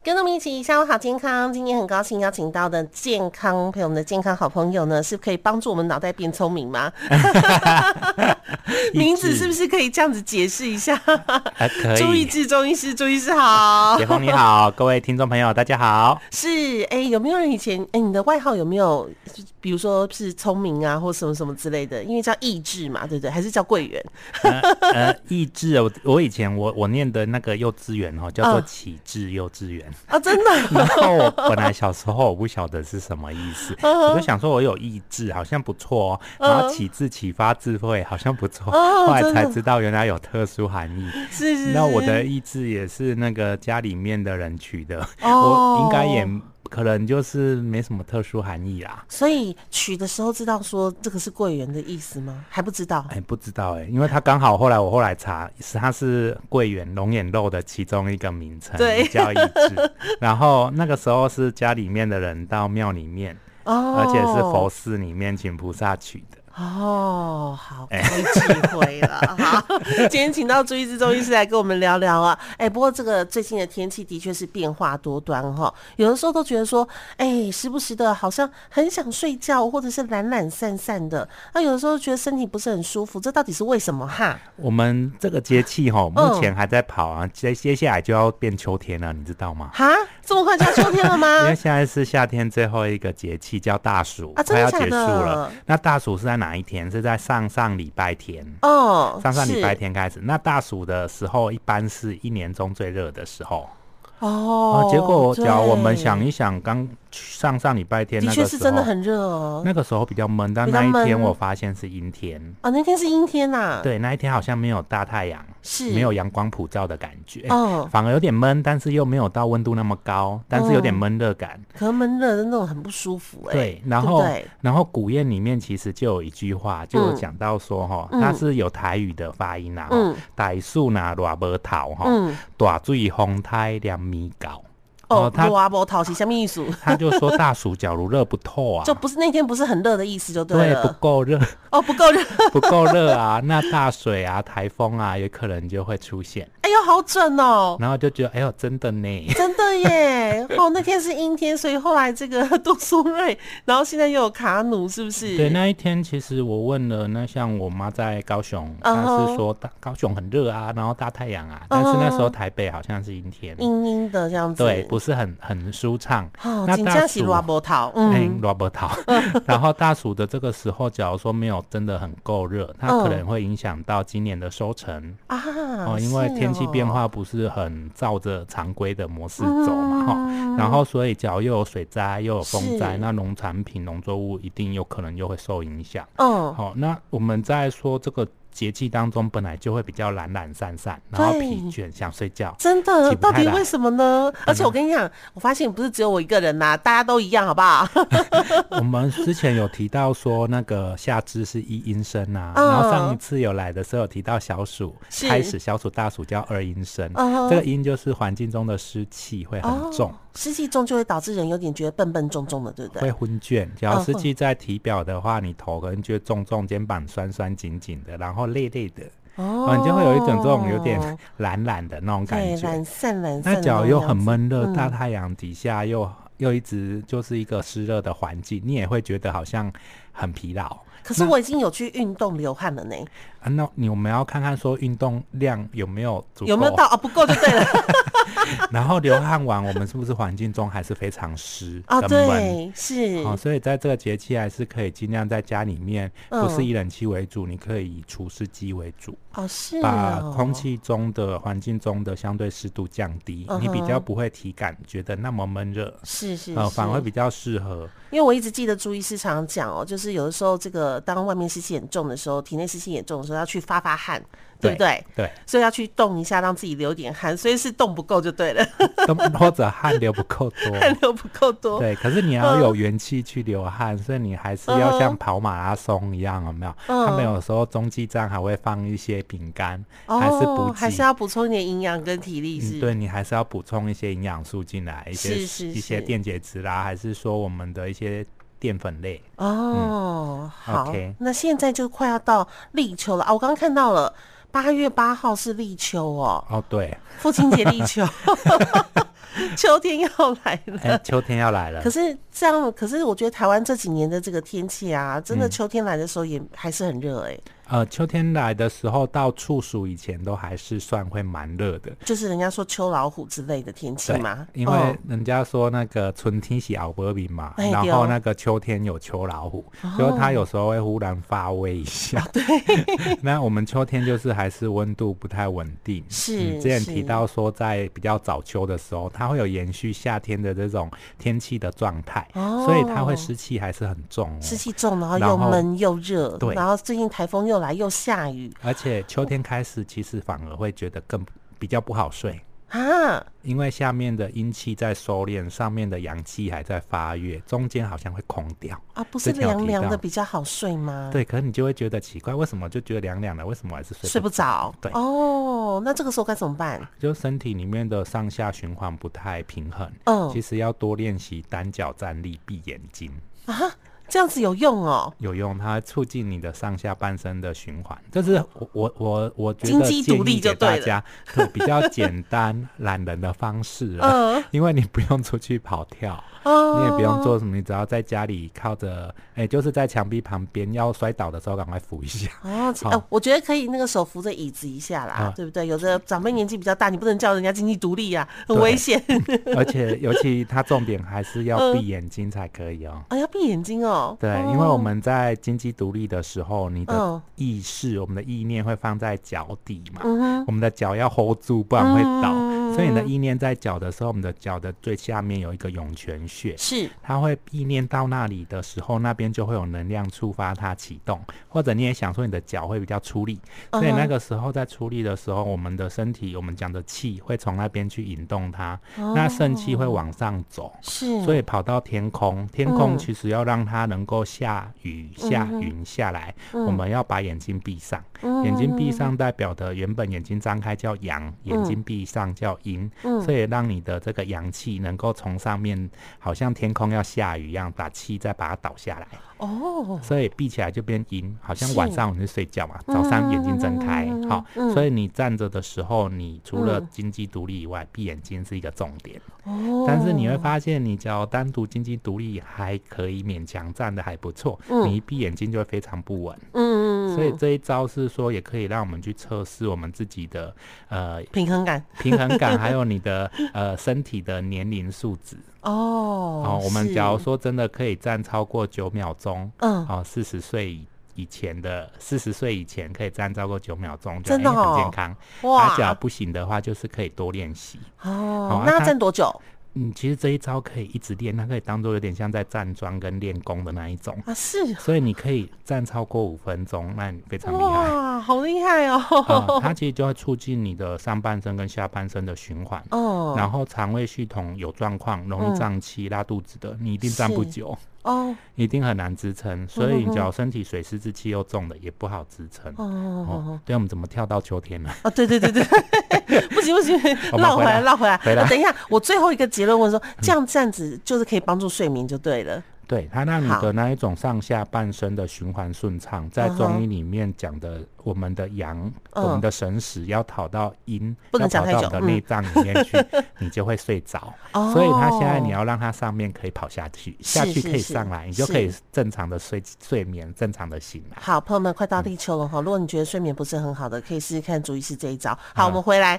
跟他们一起下午好健康。今天很高兴邀请到的健康陪我们的健康好朋友呢，是可以帮助我们脑袋变聪明 吗？名字是不是可以这样子解释一下？还哎可朱医以。治，中医师，朱医师好解。峰你好，各位听众朋友大 家好。是哎、有没有人以前哎、你的外号有没有？比如说是聪明啊，或什么什么之类的，因为叫益智嘛，对不对？还是叫桂圆？呃，益智，我我以前我我念的那个幼稚园哦，叫做嗯启智幼稚园。啊，真的 然后我本来小时候我不晓得是什么意思，我就想说我有益智，好像不错哦。然嗯后启智启发智慧，好像不错。哦 后来真的才知道原来有特殊含义。是是是。那我的意志也是那个家里面的人取的，哦我应该也可能就是没什么特殊含义啦。所以取的时候知道说这个是桂圆的意思吗？还不知道。哎，不知道哎，因为它刚好后来我后来查，是它是桂圆龙眼肉的其中一个名称，对叫益智。然后那个时候是家里面的人到庙里面，哦，而且是佛寺里面请菩萨取的。哦，好哎开智慧 了。好，今天请到朱医师、中医师来跟我们聊聊啊。哎、不过这个最近的天气的确是变化多端哈，有的时候都觉得说，哎、时不时的好像很想睡觉，或者是懒懒散散的。那有的时候觉得身体不是很舒服，这到底是为什么哈？我们这个节气哈，嗯目前还在跑啊，接接下来就要变秋天了，你知道吗？哈，这么快就要秋天了 因为吗？现在是夏天最后一个节气，叫大暑，嗯啊真的快要假结束的了。那大暑是在哪一天？是在上上礼拜天，哦，上上礼拜是天开始。那大暑的时候，一般是一年中最热的时候。哦、结果只要我们对想一想，刚上上礼拜天的那确个是时真的候，很热哦。那个时候比较闷，但比较那一天闷我发现是阴天。啊，那天是阴天呐、，对，那一天好像没有大太阳，是没有阳光普照的感觉，哦，反而有点闷，但是又没有到温度那么高，但是有点嗯闷热感。可能闷热的那种很不舒服哎、对，然后对然后古谚里面其实就有一句话，就有讲到说哈，嗯它是有台语的发音啦，嗯哦，歹树呐，大波头哈，嗯，大水风胎两米高，哦，他啊罗阿伯讨喜什么意思？他就说大暑假如热不透啊，就不是那天不是很热的意思就对 对了。不够热， 哦，不够热。 不够热啊，那大水啊、台风啊，有可能就会出现，哎呦，好准 哦，然后就觉得哎呦，真的呢。真的耶！哦，那天是阴天，所以后来这个杜苏芮， 然后现在又有卡努，是不是？对，那一天其实我问了，那像我妈在高雄，嗯她哼嗯是说大高雄很热啊，然后大太阳啊，但是那时候台北好像是阴天，阴阴的这样子。对，不是很很舒畅。哦，那紧大张是暑罗阿伯讨，哎嗯，萝卜桃。 然后大暑的这个时候，假如说没有真的很够嗯热，它可能会影响到今年的收成啊，哦，因为是天气哦变化不是很照着常规的模式走嘛哈。嗯然后，所以假如又有水灾，又有风灾，是那农产品、农作物一定有可能又会受影响。嗯，好、那我们在说这个节气当中，本来就会比较懒懒散散，然后疲倦，想睡觉。真的，起不到太底来嗯为什么呢？而且我跟你讲，我发现不是只有我一个人啦，大家都一样，好不好？ 我们之前有提到说那个夏至是一阴生啊，嗯然后上一次有来的时候有提到小暑是开始，小暑大暑叫二阴生，嗯这个阴就是环境中的湿气会很重。哦，湿气重就会导致人有点觉得笨笨重重的，对不对？会昏倦，只要嗯湿气在体表的话，你头可能觉得重重，肩膀酸酸紧紧的，然后累累的，哦哦，你就会有一种这种有点 懒懒的那种感对觉。懒散懒散，那脚又很，闷热，嗯大太阳底下又又一直就是一个湿热的环境，你也会觉得好像很疲劳。可是我已经有去运动流汗了呢，啊，那你我们要看看说运动量有没有足够，有没有到？啊？不够就对了 然后流汗完，我们是不是环境中还是非常湿啊，跟闷？哦对，是好、所以在这个节气还是可以尽量在家里面，不嗯是以冷气为主，你可以以除湿机为主，哦，是把哦空气中的环境中的相对湿度降低，你比嗯较哼不会体感觉得那么闷热，是是呃，反而会是比较适合。因为我一直记得朱医师常常讲哦，就是有的时候这个当外面湿气很重的时候，体内湿气也重的时候，要去发发汗，对不对？对，所以要去动一下，让自己流点汗，所以是动不够就对了，。都 或者汗流不够多汗 流不够多。对，可是你要嗯有元气去流汗，所以你还是要像跑马拉松一样，有没有？嗯他们有时候中继站还会放一些饼干，还是补哦，还是给。要补充一点营养跟体力是。嗯，对你还是要补充一些营养素进来，一些是是一些是电解质啊啦，还是说我们的一些淀粉类。哦，好嗯 OK 那现在就快要到立秋了啊！我刚刚看到了。八月八号是立秋哦，哦，对，父亲节立 秋， 秋天要来了。 哎、秋天要来了可。是这样，可是我觉得台湾这几年的这个天气啊，真嗯的秋天来的时候也还是很热哎、呃，秋天来的时候到处暑以前都还是算会蛮热的。就是人家说秋老虎之类的天气嘛，因嗯为人家说那个春天是熬波饼嘛，哎然对哦后那个秋天有秋老虎，所以它有时候会忽然发威一下。对， 那我们秋天就是还是温度不太稳定。是之前是提到说，在比较早秋的时候，它会有延续夏天的这种天气的状态，所以它会湿气还是很重哦。哦湿气重，然后然又后闷又热，对然后最近台风又来又下雨而且秋天开始，其实反而会觉得更比较不好睡。啊，因为下面的阴气在收敛，上面的阳气还在发育，中间好像会空掉啊，不是之前有凉提凉的到比较好睡吗？，对，可是你就会觉得奇怪，为什么就觉得凉凉的？为什么还是睡不睡不着。对哦，那这个时候该怎么办？就身体里面的上下循环不太平衡。嗯其实要多练习单脚站立、闭眼睛，啊，这样子有用哦。有用，它会促进你的上下半身的循环。这是我我我我觉金得鸡建独立议就给大对了家可比较简单懒人的方式了， 嗯因为你不用出去跑跳。哦，你也不用做什么，你只要在家里靠着，哎、就是在墙壁旁边，要摔倒的时候赶快扶一下。 哦，好呃，我觉得可以那个手扶着椅子一下啦，啊对不对？有的长辈年纪比较大，你不能叫人家经济独立呀、啊很对危险。 而且尤其它重点还是要嗯闭眼睛才可以哦。啊，要闭眼睛哦。对，哦因为我们在经济独立的时候，你嗯的意识、我们的意念会放在脚底嘛，嗯哼我们的脚要 hold 住，不然会倒。嗯所以你的意念在脚的时候，我们的脚的最下面有一个涌泉穴，是它会意念到那里的时候，那边就会有能量触发它启动，或者你也想说你的脚会比较出力，所以嗯哼那个时候在出力的时候，我们的身体，我们讲的气会从那边去引动它，那肾气会往上走。是，所以以跑到天空，天空其实要让它能够下雨、下云下来，我们要把眼睛闭上。眼睛闭上代表的原本眼睛张开叫阳，眼睛闭上叫阴，所以让你的这个阳气能够从上面，好像天空要下雨一样，把气再把它倒下来。哦，所以闭起来就变阴，好像是晚上我们就睡觉嘛，早上眼睛睁开，嗯好、所以你站着的时候，你除了经济独立以外，闭眼睛是一个重点。哦但是你会发现，你只要单独经济独立还可以勉强站的还不错，你一闭眼睛就会非常不稳。嗯，所以这一招是说，也可以让我们去测试我们自己的呃平衡感平衡 感，还有你的呃身体的年龄数值。哦。哦，我们是假如说真的可以站超过九秒钟，嗯哦，四十岁以以前的四十岁以前可以站超过九秒钟，就真的哎很哦健康。哇啊假如不行的话，就是可以多练习。哦好，那啊要它站多久嗯，其实这一招可以一直练，它可以当做有点像在站桩跟练功的那一种。啊？是所以你可以站超过五分钟，那你非常厉害。哇，好厉害啊、哦。它其实就会促进你的上半身跟下半身的循环。哦嗯然后肠胃系统有状况，容易胀气、拉肚子的，你一定站不是嗯久，哦一定很难支撑。所以你只要身体水湿之气又重的，也不好支撑。哦哦，对，我们怎么跳到秋 天了？啊，对对对对，不行不行，我们绕回回来来绕回来。回来嗯啊等一下，我最后一个结论问说，这样站子就是可以帮助睡眠就对了。对，它让你好的那一种上下半身的循环顺畅，在中医里面讲的，我们的阳，嗯我们的神识要跑到阴，不能要讲跑太到我久们的嗯内脏里面去， 你就会睡着。哦所以它现在你要让它上面可以跑下去，下去可以上来，是你就可以是正常的睡睡眠，正常的醒来。好，朋友们，快到立秋了嗯哈！如果你觉得睡眠不是很好的，可以试试看朱医师这一招。好，我们回 来。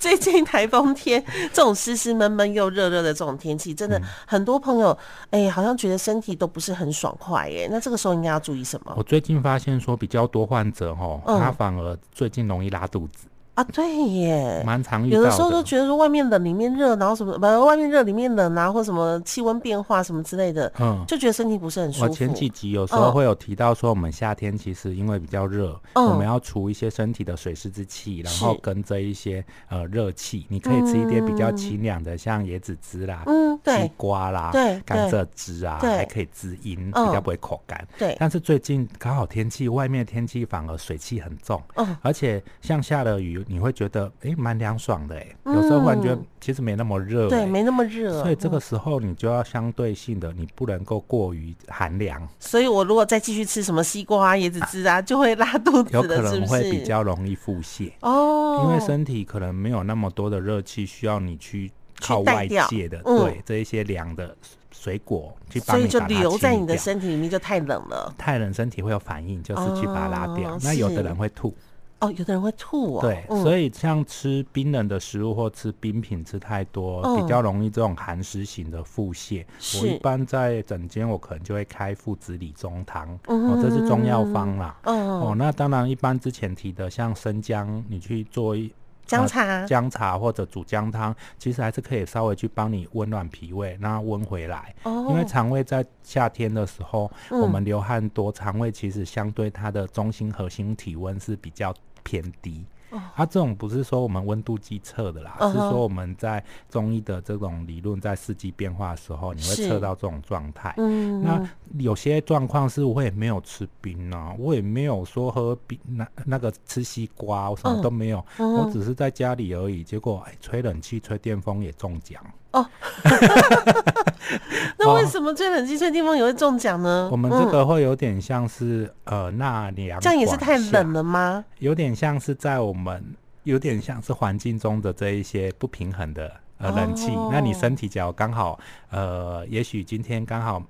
最近台风天，这种湿湿闷闷又热热的这种天气，真嗯的、很多朋友哎、好像觉得身体都不是很爽快耶。那这个时候应该要注意什么我最近发现说比较多患者哦，嗯他反而最近容易拉肚子，啊？对耶，蛮常遇到有的时候都的。觉得说外面冷里面热，然后什么不，外面热里面冷啊，或什么气温变化什么之类的，嗯就觉得身体不是很舒我服。前几集有时嗯候会有提到说，我们夏天其实因为比较热，嗯我们要除一些身体的水湿之气，然后是跟着一些呃热气，你可以吃一点比较清凉的，像椰子汁啦、嗯，西对瓜啦、对甘对蔗汁啊，对还可以滋阴，嗯比较不会口干。对，但是最近刚好天气，外面天气反而水气很重，嗯而且像下了雨，你会觉得哎蛮凉爽的哎、有时候感觉得其实没那么嗯热、对，哎没那么热。所以这个时候你就要相对性的，你不能够过于寒凉，所以我如果再继续吃什么西瓜啊、椰子汁啊，就会拉肚子有可了，是能不会是？比较容易腹泻，哦，因为身体可能没有那么多的热气需要你去去靠带外掉界的，嗯对这一些凉的水果去所帮以你就把它留在清你的掉身体里面就太冷了。太冷身体会有反应，就是去把它拉掉。哦那有是的人会吐，哦，有的人会吐哦。对，嗯所以像吃冰冷的食物或吃冰品吃太多，嗯比较容易这种寒湿型的腹泻。我是一般在诊间，我可能就会开附子理中汤，哦，这是中药方啦。嗯，哦，那当然，一般之前提的像生姜，你去做一姜呃茶姜茶或者煮姜汤，其实还是可以稍微去帮你温暖脾胃，让它温回来。哦嗯因为肠胃在夏天的时候，我们流汗多，肠胃其实相对它的中心核心体温是比较偏低。它、这种不是说我们温度计测的啦，哦嗯是哼说我们在中医的这种理论，在四季变化的时候，你会是测到这种状态。嗯，那有些状况是我也没有吃冰啊，我也没有说喝冰那那个吃西瓜，我什嗯么都没有，我只是在家里而已。结果哎，吹冷气、吹电风也中奖。那为什么最冷气吹地方也会中奖呢？我们嗯这个会有点像是呃纳凉，这样也是太冷，了吗？有点像是在我们有点像是环境中的这一些不平衡的呃冷气。哦那你身体假如刚好呃，也许今天刚好。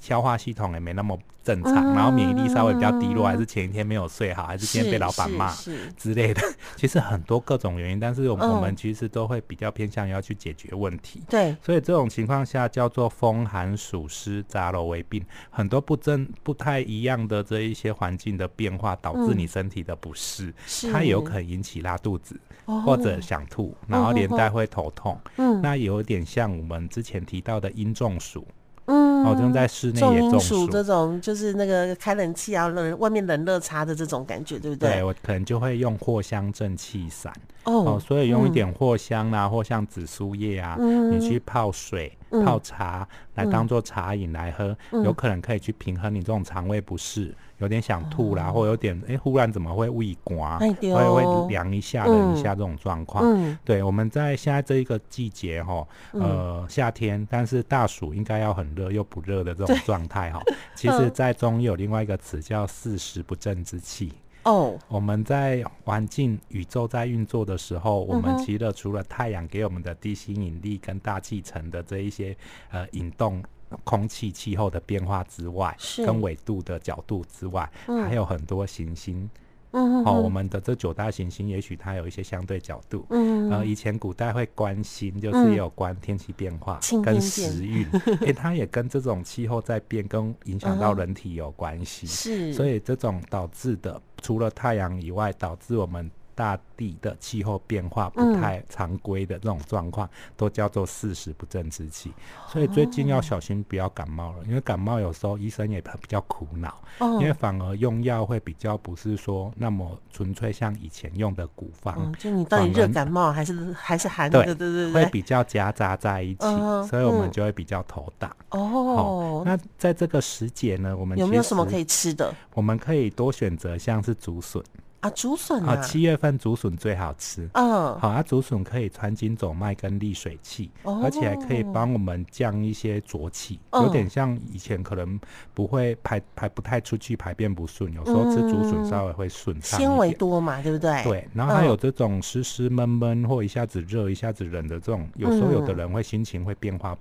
消化系统也没那么正嗯常，然后免疫力稍微比较低落，还是前一天没有睡好，还是今天被老板骂，是是之类的， 其实很多各种原因，但是我们嗯我们其实都会比较偏向要去解决问题。对，所以这种情况下叫做风寒暑湿杂糅为病，很多不正不太一样的这一些环境的变化，导致你身体的不适，嗯是它有可能引起拉肚子、哦或者想吐，然后连带会头痛。嗯那有点像我们之前提到的阴中暑，嗯，哦，像在室内重也金中属暑。这种就是那个开冷气啊，冷外面冷热差的这种感觉，对不对？我可能就会用藿香正气散。哦，哦，所以用一点藿香啊，或像紫苏叶啊，嗯你去泡水、泡茶来当做茶饮来喝，嗯有可能可以去平衡你这种肠胃不适，有点想吐啦，或有点哎、诶忽然怎么会胃刮，哦哎会对哦会凉一下、冷一下这种状况。嗯，对，我们在现在这一个季节哈，呃，夏天，但是大暑应该要很热又不热的这种状态哈。其嗯实，在中医有另外一个词叫“四时不正之气”。哦，我们在环境、宇宙在运作的时嗯候，我们其实除了太阳给我们的地心引力跟大气层的这一些呃引动空气气候的变化之外，是跟纬度的角度之外，还有很多行星。嗯哦，我们的这九大行星，也许它有一些相对角度。嗯，呃，以前古代会关心，就是也有关天气变化、青跟天变时运，诶、它也跟这种气候在变，跟影响嗯到人体有关系。是，所以以这种导致的，除了太阳以外，导致我们大地的气候变化不太常规的这种状况，都叫做四时不正之气。所以最近要哦小心不要感冒了，因为感冒有时候医生也比较苦恼，哦因为反而用药会比较不是说那么纯粹像以前用的古方。嗯，就你到底反热而感冒还是还是寒的，对对对会对，比较夹杂在一起，嗯哼所以我们嗯就会比较头大。哦，那在这个时节呢，我们有没有什么可以？以吃的我们可以多选择像是竹笋，啊？竹笋啊，啊，七月份竹笋最好吃。嗯，好，啊，竹笋可以穿筋走脉跟利水气，哦而且还可以帮我们降一些浊气，嗯有点像以前可能不会排排不太出去，排便不顺，有时候吃竹笋稍微会顺嗯畅纤一维嗯点。多嘛，对不对？，对，然后还有这种湿湿闷闷或一下子热一下子冷的这种，有时候有的人嗯会心情会变化，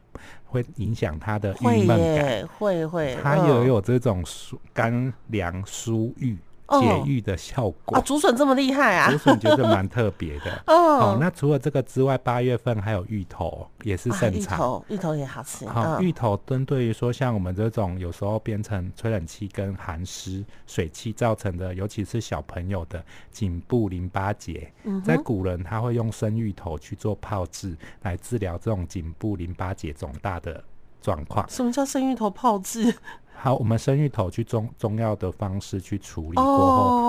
会影响他的会郁闷感。耶，会会，它嗯也有这种舒甘凉舒郁、解嗯郁的效果。啊，竹笋这么厉害啊嗯竹！笋觉得蛮特 别的。哦，那除了这个之外，八月份还有芋头也是啊，盛芋产。头，芋头也好吃。好、嗯芋头针对于说像我们这种有时候变成吹冷气跟寒湿、水气造成的，尤其是小朋友的颈部淋巴结，嗯在古人他会用生芋头去做泡制来治疗这种颈部淋巴结肿大的状况。什么叫生芋头泡制？ 好，我们生芋头去中中药的方式去处理过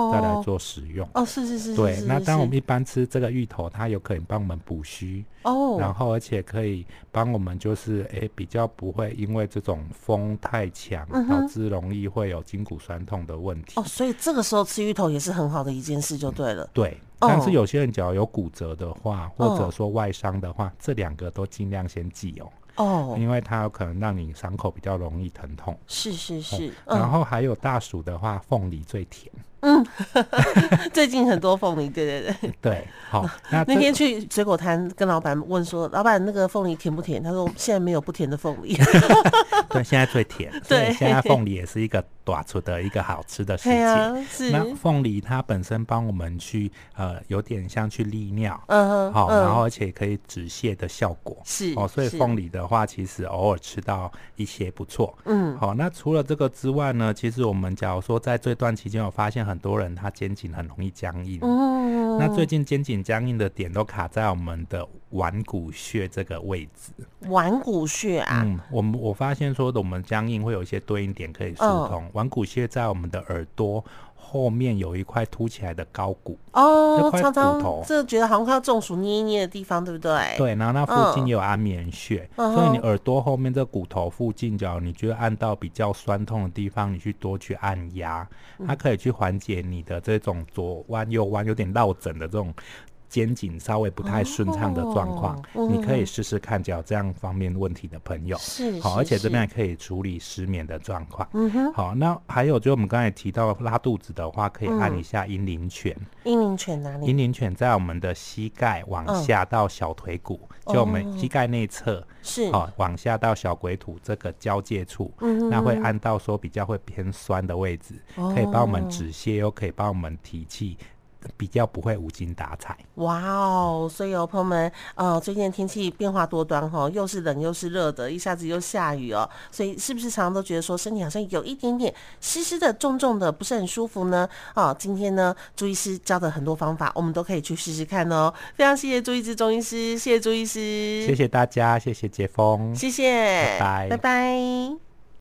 后，再来做食用。哦，是是是，对是，那是当我是们一般吃这个芋头，它有可能帮我们补虚，然哦，后而且可以帮我们就是诶比较不会因为这种风太强嗯哼导致容易会有筋骨酸痛的问题。哦，所以这个时候吃芋头也是很好的一件事，就对了。对，哦但是有些人只要有骨折的话，或哦者说外伤的话，这两个都尽量先忌哦，哦，因为它有可能让你伤口比较容易疼痛。是是是，然嗯，后还有大暑的话，凤梨最 甜。最近很多凤梨，对对对。对， 好， 那那这天去水果摊跟老板问说，老板那个凤梨甜不甜？他说现在没有不甜的凤 梨。对现在最甜，所 对以现在凤梨也是一个短促的一个好吃的 世对界。啊，是，那嗯凤梨它本身帮我们去呃，有点像去利尿，哼，好、然嗯，后而且可以止泻的效果。是哦，所以是凤梨的话，其实偶尔吃到一些不错。嗯，好、那除了这个之外呢，其实我们假如说在这段期间，我发现很多人他肩颈很容易僵硬。嗯，那最近肩颈僵硬的点都卡在我们的腕骨穴这个位置。腕骨穴啊，嗯，我们我发现说的，我们僵硬会有一些对应点可以疏嗯通。腕骨穴在我们的耳朵后面有一块凸起来的高骨，哦这，块常骨常头这觉得好像快要中暑捏一捏的地方，对不对？，对，然后那附嗯近也有安眠穴，嗯所以哼你耳朵后面这骨头附近，只要你觉得按到比较酸痛的地方，你去多去按压，嗯它可以去缓解你的这种左弯右弯有点落枕的这种。肩颈稍微不太顺畅的状况，哦你可嗯以试试看，只要这样方面问题的朋友，是，好，是而且这边，还是可以处理失眠的状况。嗯哼，好，那还有就我们刚才提到拉肚子的话，可以按嗯一下阴陵泉。阴陵泉哪里？阴陵泉在我们的膝盖往嗯哦下到小腿骨，就我们膝盖内侧，是，好、往下到小腿肚这个交界处，嗯哼哦那会按到说比较会偏酸的位置，可以帮我们止泻，又可以帮我们提气，比较不会无精打采。哇哦！所以哦，朋友们，呃，最近的天气变化多端哈、哦，又是冷又是热的，一下子又下雨哦，所以是不是常常都觉得说身体好像有一点点湿湿的、重重的，不是很舒服呢？哦，今天呢，朱医师教的很多方法，我们都可以去试试看哦。非常谢谢朱医师，中医师，谢谢朱医师，谢谢大家，谢谢杰峰，谢谢，拜拜拜拜